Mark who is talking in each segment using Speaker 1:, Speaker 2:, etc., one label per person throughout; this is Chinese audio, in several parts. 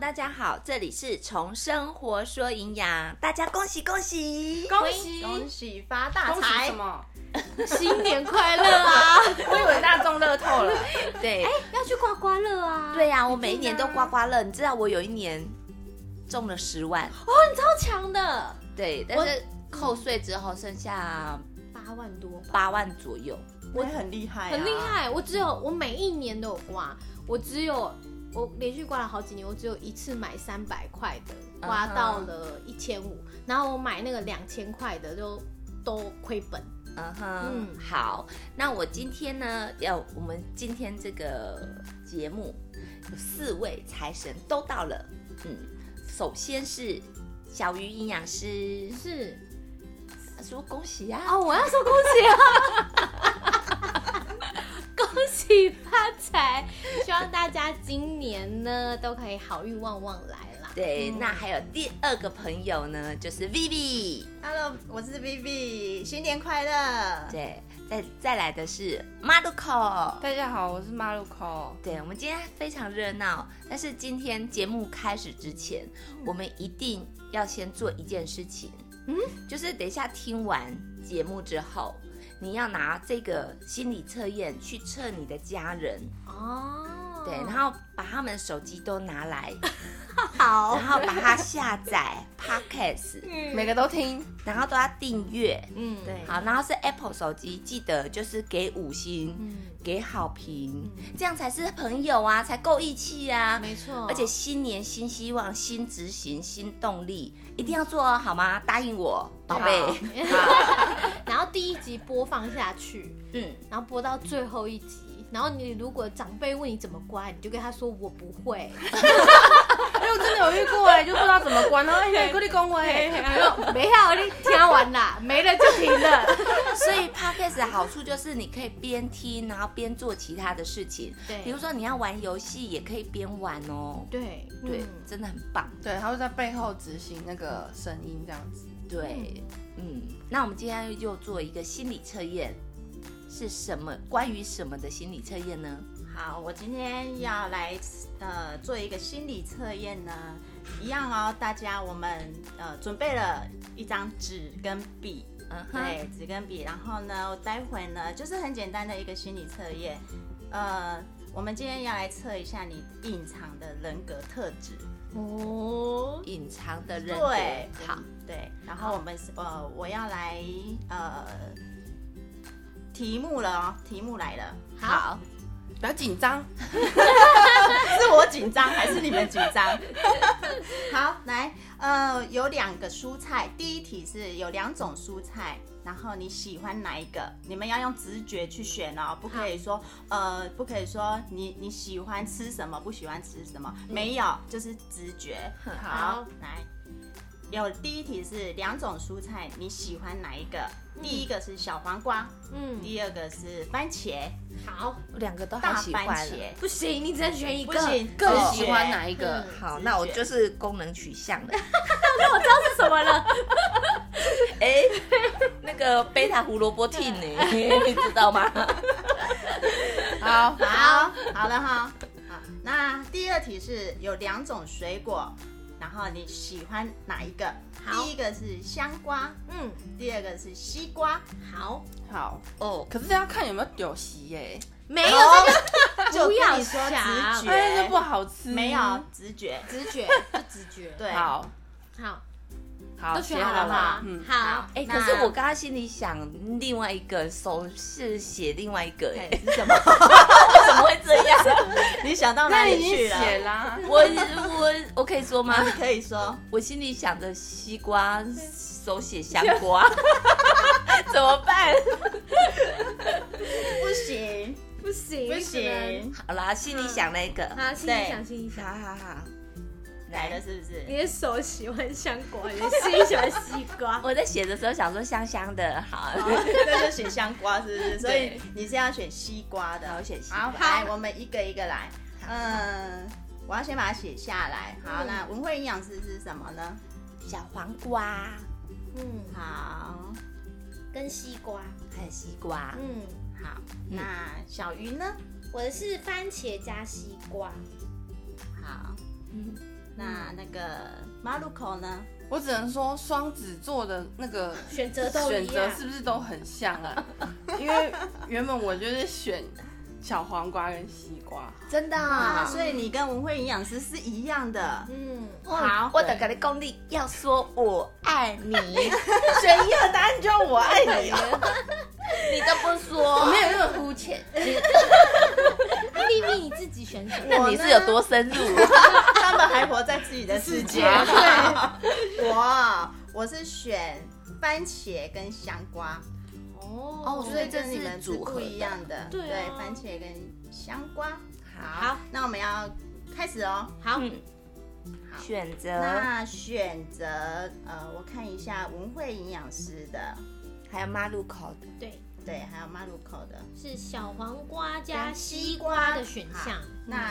Speaker 1: 大家好，这里是从生活说营养，大家恭喜恭喜！
Speaker 2: 恭喜
Speaker 3: 恭喜发大
Speaker 2: 恭喜
Speaker 3: 财
Speaker 2: 什， 么？
Speaker 3: 新年快乐啊！
Speaker 2: 我以为大家中乐透了，
Speaker 1: 对、 哎
Speaker 3: 要去刮刮乐啊！
Speaker 1: 对呀、我每一年都刮刮乐，你知道我有一年中了十万，
Speaker 3: 哦，你超强的，
Speaker 1: 对，但是扣税之后剩下
Speaker 3: 八万多，
Speaker 1: 八万左右。
Speaker 2: 我也哎很厉害、啊
Speaker 3: 很厉。害。我只有我每一年都有刮，我只有我连续刮了好几年，我只有一次买三百块的，刮到了一千五，然后我买那个两千块的就都亏本。
Speaker 1: 嗯哼，
Speaker 3: 嗯
Speaker 1: 好，那我今天呢，要我们今天这个节目有四位财神都到了，嗯，首先是小鱼营养师，
Speaker 3: 是
Speaker 1: 他说恭喜呀、
Speaker 3: 哦，我要说恭喜啊！ 恭喜发财！希望大家今年呢都可以好运旺旺来啦。
Speaker 1: 对，
Speaker 2: 嗯
Speaker 1: 那还有第二个朋友呢，
Speaker 3: 嗯
Speaker 1: 就是 Vivi，
Speaker 2: Hello，我是 Vivi，新年快乐！
Speaker 1: 对，再再来的是 Maruko，
Speaker 2: 大家好，我是马路口。
Speaker 1: 对，我们今天非常热闹，但是今天节目开始之前，我们一定要先做一件事情，嗯
Speaker 3: 嗯，
Speaker 1: 就是等一下听完节目之后，你要拿这个心理测验去测你的家人，
Speaker 3: 哦，
Speaker 1: 对，然后把他们手机都拿来，
Speaker 3: 好
Speaker 1: 然，后把它下载 Podcast，
Speaker 2: 每个都听，
Speaker 1: 然后都要订阅，
Speaker 3: 嗯，
Speaker 2: 对
Speaker 1: 好，然后是 Apple 手机，记得就是给五星，
Speaker 3: 嗯，
Speaker 1: 给好评，这样才是朋友啊，才够义气啊。
Speaker 3: 没错，
Speaker 1: 而且新年新希望、新执行、新动力，
Speaker 3: 嗯
Speaker 1: 一定要做哦，好吗？答应我，宝贝。
Speaker 3: 然后第一集播放下去，
Speaker 1: 嗯，
Speaker 3: 然后播到最后一集，然后你如果长辈问你怎么刮，你就跟他说我不会，
Speaker 2: 哎、我真的有遇过哎、就不知道怎么关，然后 哎、欸，过你恭维，
Speaker 3: 没有，你听完啦，没了就停了。
Speaker 1: 所以 podcast 的好处就是你可以边听，然后边做其他的事情，
Speaker 3: 对，
Speaker 1: 比如说你要玩游戏，也可以边玩哦。
Speaker 3: 对
Speaker 1: 对，
Speaker 3: 嗯
Speaker 1: 真的很棒。
Speaker 4: 对，他会在背后执行那个声音这样子。
Speaker 1: 对，嗯，那我们今天就做一个心理测验，是什么？关于什么的心理测验呢？
Speaker 5: 好，我今天要来呃做一个心理测验呢，一样哦，大家我们呃准备了一张纸跟笔，
Speaker 1: 嗯哼，
Speaker 5: 对，纸跟笔，然后呢，我待会呢就是很简单的一个心理测验，呃，我们今天要来测一下你隐藏的人格特质，
Speaker 3: 哦，
Speaker 1: 隐藏的人格
Speaker 5: 对，
Speaker 1: 好，
Speaker 5: 对，然后我们是呃我要来呃题目了哦，题目来了，
Speaker 1: 好，
Speaker 4: 不要紧张，
Speaker 5: 是我紧张还是你们紧张？ 好，来，呃，有两个蔬菜，第一题是有两种蔬菜，然后你喜欢哪一个？你们要用直觉去选哦，不可以说，呃，不可以说你你喜欢吃什么，不喜欢吃什么，没有，就是直觉。嗯好
Speaker 3: 好，
Speaker 5: 来，有第一题是两种蔬菜，你喜欢哪一个？第一个是小黄瓜，
Speaker 3: 嗯，
Speaker 5: 第二个是番茄，
Speaker 3: 好，
Speaker 1: 我两个都好
Speaker 5: 大
Speaker 1: 喜
Speaker 5: 番
Speaker 1: 欢了。
Speaker 5: 茄。
Speaker 3: 不行，你只能选一
Speaker 5: 不
Speaker 3: 个，
Speaker 5: 行，
Speaker 4: 个人
Speaker 5: 直觉
Speaker 4: 喜欢哪一个？
Speaker 3: 嗯
Speaker 1: 好，
Speaker 5: 直
Speaker 1: 那我
Speaker 5: 觉
Speaker 1: 就是功能取向 的。
Speaker 3: 是什么了？
Speaker 1: 哎、那个贝塔胡萝卜烃 呢？你知道吗？
Speaker 2: 嗯
Speaker 4: 好，
Speaker 5: 好，好了哈。好，那第二题是有两种水果，然后你喜欢哪一个？
Speaker 3: 好
Speaker 5: 第一个是香瓜，
Speaker 3: 嗯，
Speaker 5: 第二个是西瓜，
Speaker 3: 好，
Speaker 4: 好。
Speaker 1: 哦，
Speaker 4: 可是这要看有没有酒席耶，
Speaker 3: 没有这个
Speaker 5: 就
Speaker 3: 不要
Speaker 5: 跟你说
Speaker 3: 想
Speaker 5: 直觉，
Speaker 4: 哎，这不好吃。
Speaker 5: 没有直觉，
Speaker 3: 直觉，就直觉，
Speaker 5: 对，
Speaker 4: 好，
Speaker 3: 好，
Speaker 4: 好，
Speaker 3: 都选好了吗？
Speaker 4: 嗯，
Speaker 3: 好，
Speaker 1: 哎、
Speaker 5: 那
Speaker 1: 可是我刚刚心里想另外一个，手是写另外一个、
Speaker 5: 哎
Speaker 1: 哎，
Speaker 5: 是什么？
Speaker 1: 怎么会这样？
Speaker 5: 你想到哪
Speaker 4: 那你
Speaker 5: 里
Speaker 4: 已经
Speaker 5: 去
Speaker 4: 写
Speaker 5: 了？
Speaker 4: 啦。
Speaker 1: 我我我可以说吗？
Speaker 5: 你可以说，
Speaker 1: 我心里想着西瓜，手写香 瓜，怎么办？
Speaker 5: 不行，
Speaker 3: 不行，
Speaker 5: 不行，，
Speaker 1: 好啦，心里想那个，
Speaker 3: 好，心里
Speaker 5: 对
Speaker 3: 想，心里
Speaker 1: 嗯好
Speaker 3: 想。
Speaker 1: 好好，
Speaker 5: 来了是不
Speaker 3: 你
Speaker 5: 是？
Speaker 3: 的手喜欢香瓜，你的心喜欢西瓜。
Speaker 1: 我在写的时候想说香香的，好，
Speaker 5: 那就选香瓜，是不是？所以
Speaker 1: 对
Speaker 5: 你是要选西瓜的。
Speaker 1: 然后选西瓜
Speaker 5: 好，来，我们一个一个来。嗯，我要先把它写下来。好，
Speaker 3: 嗯
Speaker 5: 那文慧营养师是什么呢？
Speaker 1: 小黄瓜，
Speaker 3: 嗯，
Speaker 5: 好，
Speaker 3: 跟西瓜。
Speaker 1: 还有西瓜，
Speaker 3: 嗯，
Speaker 5: 好，那小鱼呢？
Speaker 3: 我的是番茄加西瓜。
Speaker 5: 好，
Speaker 1: 嗯，
Speaker 5: 那那个马路口呢？
Speaker 4: 我只能说双子座的那个
Speaker 3: 选择都
Speaker 4: 选
Speaker 3: 一啊
Speaker 4: 择
Speaker 3: 样，
Speaker 4: 是不是都很像啊？因为原本我就是选小黄瓜跟西瓜，
Speaker 1: 真的啊、
Speaker 5: 啊，所以你跟文慧营养师是一样的。
Speaker 3: 嗯，
Speaker 5: 好，
Speaker 1: 我的跟你功力要说我爱 你，
Speaker 5: 选一个答案就要我爱你。
Speaker 1: 你都不说，
Speaker 4: 没有那么肤浅。
Speaker 3: 那丽丽你自己选什么？
Speaker 1: 那你是有多深入？
Speaker 5: 嗯 他们还活在自己的世界。 对， 我我是选番茄跟香瓜，
Speaker 3: 哦
Speaker 1: 所
Speaker 5: 所
Speaker 1: 以
Speaker 5: 以
Speaker 1: 这
Speaker 5: 跟你
Speaker 1: 是
Speaker 5: 们是
Speaker 1: 组合
Speaker 5: 不一样的。
Speaker 3: 对啊
Speaker 5: 番茄跟香瓜。
Speaker 1: 好
Speaker 5: 好，那我们要开始哦。
Speaker 3: 好，
Speaker 1: 嗯，
Speaker 5: 好
Speaker 1: 选择
Speaker 5: 那选择呃，我看一下文慧营养师的，
Speaker 1: 还有马路口的，
Speaker 3: 对，
Speaker 5: 对，还有马路口的。
Speaker 3: 是小黄瓜加西瓜的选项。
Speaker 5: 那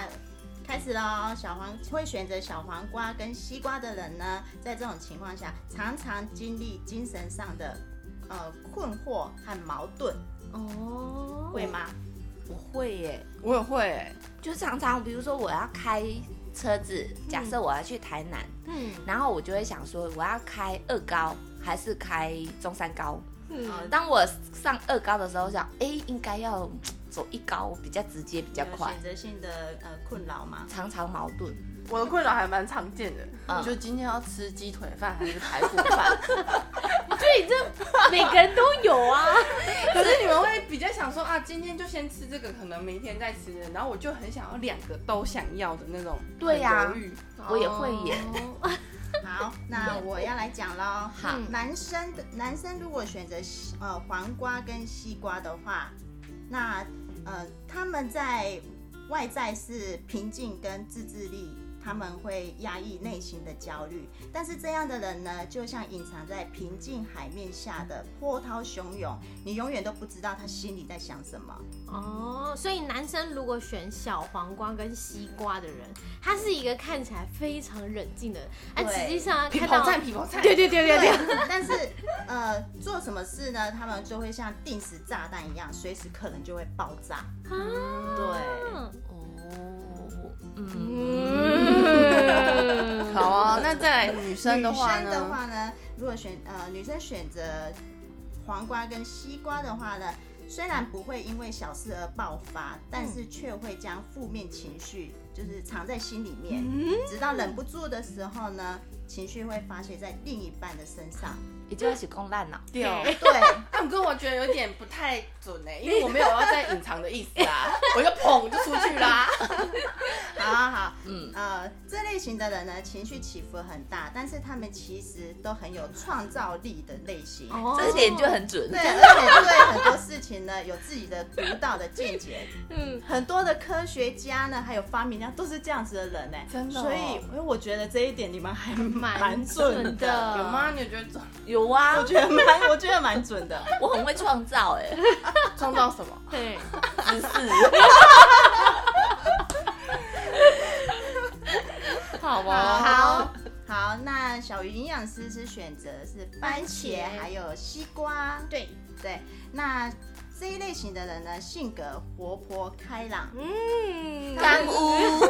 Speaker 5: 开始喽，小黄会选择小黄瓜跟西瓜的人呢，在这种情况下，常常经历精神上的呃困惑和矛盾，
Speaker 3: 哦，
Speaker 5: 会？吗？
Speaker 1: 我会耶，
Speaker 4: 我也会、欸，
Speaker 1: 就常常比如说我要开车子，假设我要去台南，
Speaker 3: 嗯，
Speaker 1: 然后我就会想说我要开二高还是开中山高？
Speaker 3: 嗯
Speaker 5: 好
Speaker 1: 当我上二高的时候我想，哎、应该要走一高比较直接，比较
Speaker 5: 有
Speaker 1: 快
Speaker 5: 选，择性的呃困扰吗？
Speaker 1: 常常矛盾。
Speaker 4: 我的困扰还蛮常见的。
Speaker 1: 嗯
Speaker 4: 就今天要吃鸡腿饭还是排骨 饭？
Speaker 3: 对， 这每个人都有 啊。
Speaker 4: 可是你们会比较想说啊，今天就先吃这个，可能明天再吃那个，然后我就很想要两个都想要的那种。
Speaker 1: 对呀
Speaker 4: 很犹豫
Speaker 1: 我也会耶
Speaker 3: 哦
Speaker 5: 好，那我要来讲喽。
Speaker 1: 好
Speaker 5: 男生的男生如果选择西呃黄瓜跟西瓜的话，那呃他们在外在是平静跟自制力，他们会压抑内心的焦虑。但是这样的人呢，就像隐藏在平静海面下的波涛汹涌，你永远都不知道他心里在想什么。
Speaker 3: 哦，所以男生如果选小黄瓜跟西瓜的人，他是一个看起来非常冷静的人，但
Speaker 5: 对
Speaker 3: 实际上啊
Speaker 4: 皮啊
Speaker 3: 看
Speaker 4: 包
Speaker 3: 到
Speaker 4: 菜，皮包菜。
Speaker 3: 对对对对对，
Speaker 5: 对，但是呃做什么事呢，他们就会像定时炸弹一样，随时可能就会爆炸。
Speaker 3: 啊，
Speaker 5: 对。
Speaker 1: 哦，嗯，
Speaker 3: 嗯，
Speaker 4: 好啊，那再来女生的话
Speaker 5: 女
Speaker 4: 呢？
Speaker 5: 生的话呢，如果选呃女生选择黄瓜跟西瓜的话呢，虽然不会因为小事而爆发，但是却会将负面情绪就是藏在心里面，直到忍不住的时候呢，情绪会发泄在另一半的身上。
Speaker 1: 也就是公烂脑。
Speaker 4: 对 哦
Speaker 5: 对，
Speaker 4: 那你跟我觉得有点不太准哎、因为我没有要再隐藏的意思 啊，我就砰就出去啦。
Speaker 5: 好好好，
Speaker 1: 嗯
Speaker 5: 嗯，呃，这类型的人呢，情绪起伏很大，但是他们其实都很有创造力的类型。
Speaker 3: 哦
Speaker 1: 这一点就很准
Speaker 5: 对，，而且对很多事情呢有自己的独到的见解，
Speaker 3: 嗯，
Speaker 5: 很多的科学家呢，还有发明家都是这样子的人呢、
Speaker 4: 真的哦
Speaker 5: 所以所以我觉得这一点你们还蛮
Speaker 3: 准
Speaker 5: 准的，
Speaker 3: 的
Speaker 4: 有吗？你有觉得创
Speaker 1: 有啊
Speaker 5: 我，觉得蛮，我觉得蛮准的。
Speaker 1: 我很会创造哎、
Speaker 4: 创造什 么？
Speaker 3: 对，
Speaker 1: 知 识。
Speaker 4: 好
Speaker 5: 好，
Speaker 4: 啊，
Speaker 5: 好，那小鱼营养师是选择是番茄
Speaker 3: 番茄
Speaker 5: 还有西瓜，
Speaker 3: 对，
Speaker 5: 对，那这一类型的人呢，性格活泼开朗，
Speaker 3: 嗯，
Speaker 1: 干污，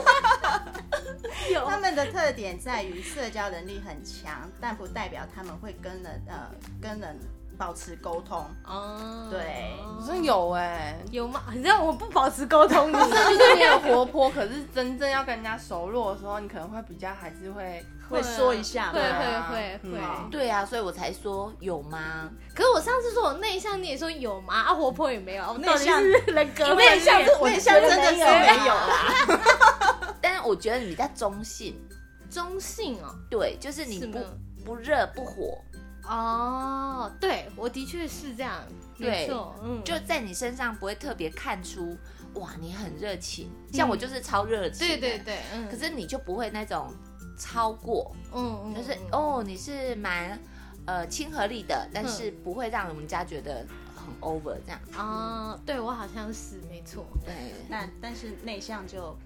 Speaker 3: 有
Speaker 5: 他们的特点在于社交能力很强，但不代表他们会跟人呃跟人保持沟通。
Speaker 3: 哦，
Speaker 5: 对
Speaker 4: 好像有哎、
Speaker 3: 有吗？你知道我不保持沟通，
Speaker 4: 不是，就是你很活泼，可是真正要跟人家熟络的时候，你可能会比较还是会，
Speaker 5: 会说一下
Speaker 3: 会
Speaker 5: 嘛
Speaker 3: 会会会。
Speaker 4: 嗯
Speaker 1: 对啊，所以我才说有吗？
Speaker 3: 可是我上次说我内向，你也说有吗？啊，活泼也没有，我
Speaker 5: 内向
Speaker 3: 到底是人格
Speaker 5: 内向
Speaker 3: 分
Speaker 5: 是
Speaker 3: 裂
Speaker 5: 内向真的是没有啦，
Speaker 1: 但是我觉得你比较中性，
Speaker 3: 中性哦，
Speaker 1: 对，就是你
Speaker 3: 是
Speaker 1: 不
Speaker 3: 吗
Speaker 1: 不热不火，
Speaker 3: 哦，对，我的确是这样，
Speaker 1: 对
Speaker 3: 没错，嗯，
Speaker 1: 就在你身上不会特别看出哇你很热情，像我就是超热情、
Speaker 3: 嗯对对。对，嗯，
Speaker 1: 可是你就不会那种超过，
Speaker 3: 嗯嗯，
Speaker 1: 就是
Speaker 3: 嗯，
Speaker 1: 哦你是蛮呃亲和力的，但是不会让人家觉得很 over 这样。
Speaker 3: 哦，对我好像是没错，
Speaker 1: 对，
Speaker 5: 那但是内向就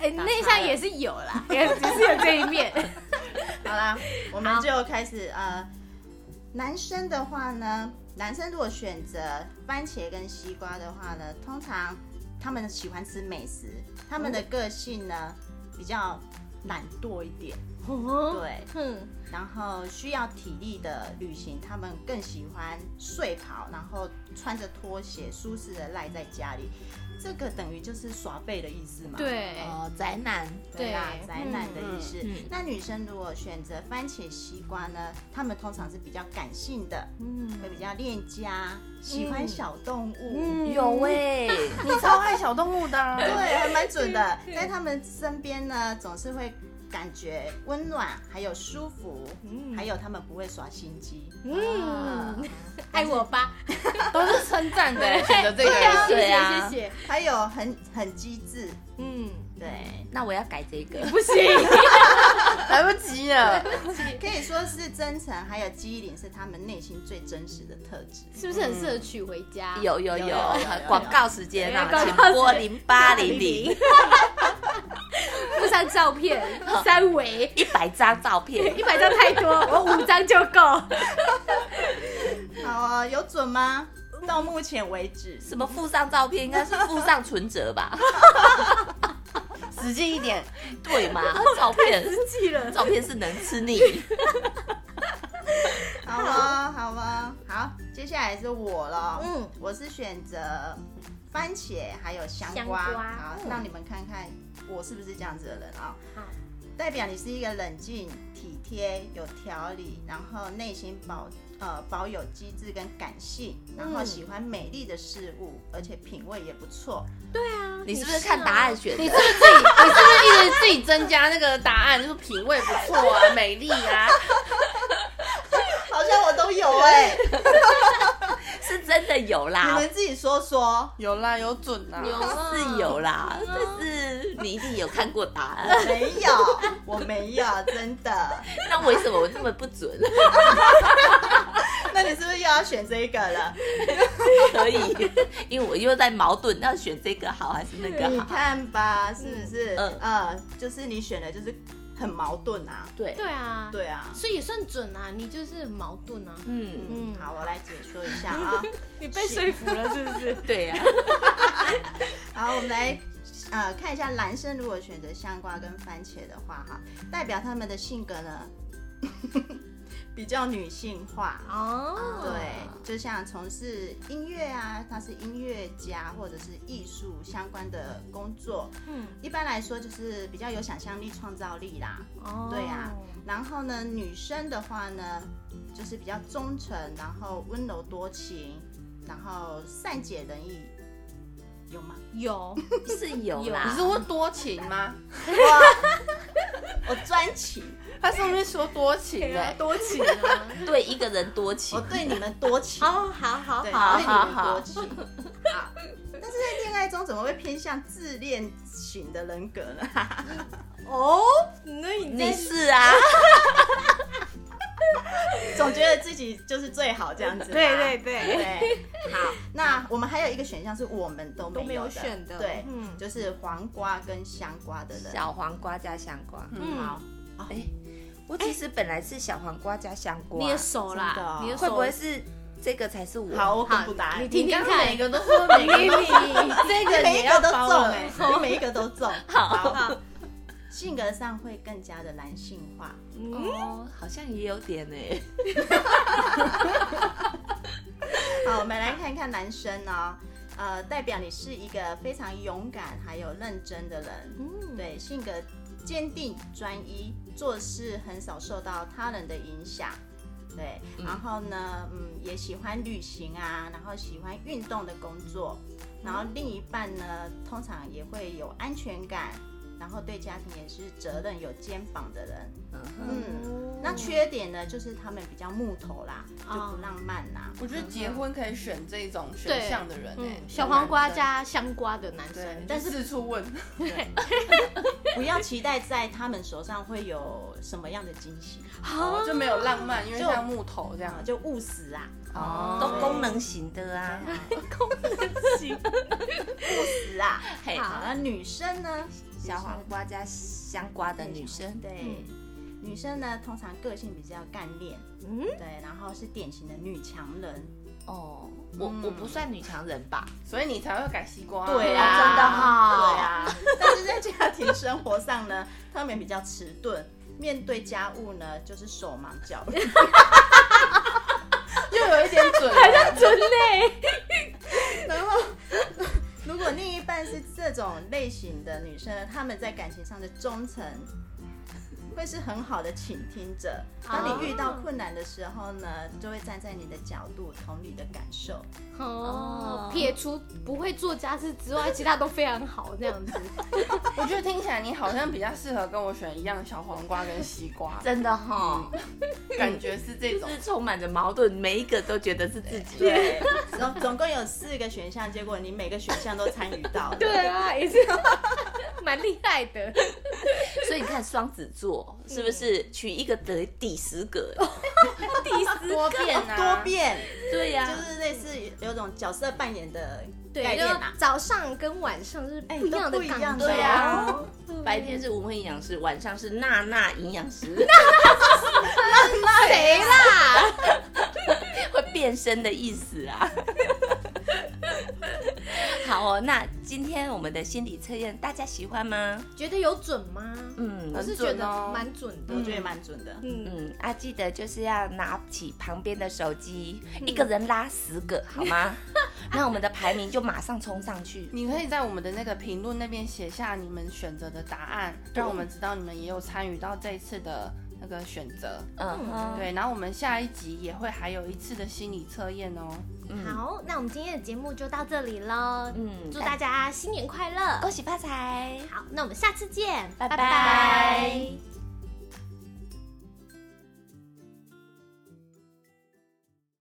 Speaker 3: 哎，
Speaker 5: 打岔
Speaker 3: 内向也是有啦，也只是有这一面，
Speaker 5: 好啦，我们就开始呃，男生的话呢，男生如果选择番茄跟西瓜的话呢，通常他们喜欢吃美食，他们的个性呢比较懒惰一点，
Speaker 3: 哦，
Speaker 5: 对，
Speaker 3: 哼，
Speaker 5: 然后需要体力的旅行，他们更喜欢睡袍，然后穿着拖鞋，舒适的赖在家里。这个等于就是耍废的意思嘛？
Speaker 3: 对，
Speaker 1: 哦，宅男，
Speaker 5: 对啦，
Speaker 3: 对
Speaker 5: 宅男的意思。
Speaker 1: 嗯嗯
Speaker 5: 那女生如果选择番茄西瓜呢，她们通常是比较感性的，
Speaker 3: 嗯
Speaker 5: 会比较恋家，喜欢
Speaker 1: 嗯
Speaker 5: 小动物。
Speaker 3: 嗯
Speaker 1: 有哎、
Speaker 4: 你超爱小动物的 啊、
Speaker 5: 对，还蛮准的，
Speaker 1: 嗯
Speaker 5: 在他们身边呢，总是会感觉温暖，还有舒服，
Speaker 1: 嗯
Speaker 5: 还有他们不会耍心机。
Speaker 1: 啊
Speaker 3: 嗯，爱我吧，
Speaker 2: 都是称赞的，选择这个
Speaker 3: 对啊，谢
Speaker 1: 对
Speaker 3: 谢
Speaker 1: 啊
Speaker 3: 谢谢，
Speaker 5: 还有很很机智，
Speaker 3: 嗯，
Speaker 5: 对，
Speaker 1: 那我要改这个，
Speaker 3: 不行，
Speaker 4: 来不及了。
Speaker 1: 嗯
Speaker 5: 可以说是真诚，还有机灵是他们内心最真实的特质。
Speaker 3: 是不是很适合娶回家？
Speaker 1: 有有有
Speaker 5: 有有有，
Speaker 1: 广告时间啊，
Speaker 3: 广告
Speaker 1: 请
Speaker 3: 时间
Speaker 1: 拨零八零零
Speaker 3: 附上照片，三维，
Speaker 1: 一百张照片
Speaker 3: 一，百张太多，我五张就够。
Speaker 1: 嗯
Speaker 5: 好啊，有准吗？到目前为止，
Speaker 1: 什么附上照片，应该是附上存折吧？
Speaker 4: 使劲一点，
Speaker 1: 对吗？照片
Speaker 3: 记了，
Speaker 1: 照片是能吃 腻，
Speaker 5: 好啊，好啊，好，接下来是我了。
Speaker 3: 嗯，
Speaker 5: 我是选择番茄还有香
Speaker 3: 香
Speaker 5: 瓜，
Speaker 3: 瓜
Speaker 5: 好，让你们看看我是不是这样子的人啊、
Speaker 3: 好
Speaker 5: 代表你是一个冷静、体贴、有条理，然后内心保呃保有机智跟感性，然后喜欢美丽的事物，而且品味也不 错。
Speaker 3: 对啊，
Speaker 1: 你是不是看答案
Speaker 3: 是
Speaker 1: 选的？
Speaker 2: 你是不是自己？你是不是一直自己增加那个答案？就是品味不错啊，美丽啊，
Speaker 5: 好像我都有哎、
Speaker 1: 是真的有
Speaker 5: 你
Speaker 1: 啦，
Speaker 5: 们自己说 说。
Speaker 4: 有啦，有准啦
Speaker 3: 啊？。有啊
Speaker 1: 是有啦，但是你一定有看过答案，
Speaker 5: 没有，我没有，真的。
Speaker 1: 那为什么我那么不 准？
Speaker 5: 那你是不是又要选这一个了？
Speaker 1: 可以，因为我又在矛盾，要选这个好还是那
Speaker 5: 你
Speaker 1: 个好？
Speaker 5: 看吧，是不是？
Speaker 1: 嗯
Speaker 5: 呃，就是你选的，就是很矛盾啊。
Speaker 1: 对，
Speaker 3: 对啊，
Speaker 5: 对啊，
Speaker 3: 所以也算准啊，你就是很矛盾啊，
Speaker 1: 嗯，
Speaker 5: 嗯
Speaker 3: 嗯，
Speaker 5: 好，我来解说一 下啊。
Speaker 3: 你被说服了是不是？
Speaker 1: 对啊呀，
Speaker 5: 好，我们来呃看一下男生如果选择香瓜跟番茄的话，哈，代表他们的性格呢 比较女性化。
Speaker 3: 哦，
Speaker 5: 对，就像从事音乐啊，他是音乐家或者是艺术相关的工作，
Speaker 3: 嗯，
Speaker 5: 一般来说就是比较有想象力、创造力啦。
Speaker 3: 哦，
Speaker 5: 对啊然后呢，女生的话呢，就是比较忠诚，然后温柔多情，然后善解人意，有吗？
Speaker 3: 有，
Speaker 1: 是有啦
Speaker 4: 你。是会多情吗？
Speaker 5: 我专情，
Speaker 4: 他上面说多情
Speaker 3: 对 啊
Speaker 4: 哎、
Speaker 3: 多情啊，
Speaker 1: 对一个人多情
Speaker 5: 我，对你们多情，
Speaker 3: 哦，好好
Speaker 5: 对，
Speaker 1: 好
Speaker 5: 我对你们
Speaker 1: 好
Speaker 5: 多情。好，但是在恋爱中怎么会偏向自恋型的人格呢？
Speaker 3: 哦，那你在
Speaker 1: 你是啊，
Speaker 5: 总觉得自己就是最好这样子。
Speaker 3: 对对
Speaker 5: 对。
Speaker 3: 对，
Speaker 5: 对，好，那我们还有一个选项是我们都
Speaker 3: 都
Speaker 5: 没
Speaker 3: 没
Speaker 5: 有
Speaker 3: 有
Speaker 5: 的，
Speaker 3: 选的，
Speaker 5: 对，
Speaker 3: 嗯
Speaker 5: 就是黄瓜跟香瓜的人。
Speaker 1: 小黄瓜加香瓜。
Speaker 5: 好
Speaker 3: 嗯，，
Speaker 1: 哦哎我其实本来是小黄瓜加香瓜，
Speaker 3: 你的手
Speaker 5: 真的
Speaker 3: 啦
Speaker 5: 哦，
Speaker 3: 你的手
Speaker 1: 会不会是这个才是我？
Speaker 5: 好，，我公布答案。
Speaker 3: 你听听
Speaker 4: 你刚刚
Speaker 3: 看，
Speaker 4: 每
Speaker 3: 个都说每 个
Speaker 5: 这个每一个都中哎、你每一个都 中。好，性格上会更加的男性化，
Speaker 1: 哦，好像也有点呢。
Speaker 5: 好，我们来看看男生哦，呃，代表你是一个非常勇敢还有认真的人，
Speaker 3: 嗯，
Speaker 5: 对，性格坚定、专一，做事很少受到他人的影响。对，然后呢，嗯，也喜欢旅行啊，然后喜欢运动的工作，然后另一半呢，通常也会有安全感，然后对家庭也是责任有肩膀的人。
Speaker 1: 嗯哼，
Speaker 5: 嗯，那缺点呢，就是他们比较木头啦，就不浪漫啦。
Speaker 4: 我觉得结婚可以选这种选项的人哎、
Speaker 3: 嗯，小黄瓜加香瓜的男
Speaker 4: 对
Speaker 3: 生，，
Speaker 4: 但
Speaker 3: 但
Speaker 4: 是
Speaker 3: 是
Speaker 4: 四处 问，
Speaker 5: 不要期待在他们手上会有什么样的惊喜，
Speaker 4: 哦就没有浪漫，因为像木头这样
Speaker 5: 啊，。就务实啊，
Speaker 4: 哦
Speaker 1: 都功能型的啊。
Speaker 5: 务实啊。
Speaker 1: 嘿，
Speaker 5: 好，那女生呢？
Speaker 1: 小黄瓜加香瓜的女生，
Speaker 5: 对，女生呢通常个性比较干练，
Speaker 3: 嗯
Speaker 5: 对，然后是典型的女强人，
Speaker 1: 哦，我
Speaker 4: 嗯
Speaker 1: 我不算女强人吧？
Speaker 4: 所以你才会改西瓜、
Speaker 5: 对
Speaker 1: 啊
Speaker 5: 真 的哈、
Speaker 1: 对
Speaker 5: 啊，但是在家庭生活上呢，他们比较迟钝，面对家务呢就是手忙脚乱。
Speaker 4: 又有一点准，好像
Speaker 2: 真累。
Speaker 5: 然后，如果另一半是这种类型的女生，她们在感情上的忠诚会是很好的倾听者。当你遇到困难的时候呢，就会站在你的角度，同理的感受。
Speaker 1: 哦，
Speaker 3: 哦撇除不会做家事之外，其他都非常好，这样子。
Speaker 4: 我觉得听起来你好像比较适合跟我选一样小黄瓜跟西 瓜，
Speaker 1: 真的哈、
Speaker 4: 感觉是这
Speaker 1: 就
Speaker 4: 种。
Speaker 1: 是充满着矛盾，每一个都觉得是自己。
Speaker 5: 对，总总共有四个选项，结果你每个选项都参与 到了。
Speaker 2: 对啊，也 是蛮厉害的。
Speaker 1: 所以你看双子座是不是取一个得抵十个？
Speaker 4: 多变啊，
Speaker 5: 哦多变，
Speaker 1: 对呀、
Speaker 5: 就是类似有种角色扮演的概
Speaker 3: 对，就
Speaker 5: 念啊。
Speaker 3: 早上跟晚上是
Speaker 5: 哎
Speaker 3: 不一样
Speaker 5: 都
Speaker 3: 的
Speaker 5: 不一样
Speaker 3: 感
Speaker 5: 的
Speaker 3: 觉。
Speaker 1: 对
Speaker 5: 啊
Speaker 1: 呀、白天是文慧营养师，晚上是娜娜营养师，
Speaker 3: 谁啦？
Speaker 1: 会变身的意思啊。 好哦，那今天我们的心理测验大家喜欢吗？
Speaker 3: 觉得有准吗？
Speaker 1: 嗯
Speaker 3: 我
Speaker 4: 很
Speaker 3: 是觉
Speaker 4: 准哦
Speaker 3: 得蛮准的
Speaker 5: 我。觉得也蛮准的。
Speaker 3: 嗯，
Speaker 1: 嗯，啊，记得就是要拿起旁边的手机，一个人拉十个，好吗？那我们的排名就马上冲上去。
Speaker 4: 你可以在我们的那个评论那边写下你们选择的答案，让我们知道你们也有参与到这一次的那个选择。
Speaker 1: 嗯哼，
Speaker 4: 对，然后我们下一集也会还有一次的心理测验哦。
Speaker 1: 嗯，
Speaker 3: 好，那我们今天的节目就到这里喽。
Speaker 1: 嗯
Speaker 3: 祝大家新年快乐！
Speaker 1: 恭喜发财。
Speaker 3: 好，那我们下次见，
Speaker 1: 拜拜
Speaker 3: 拜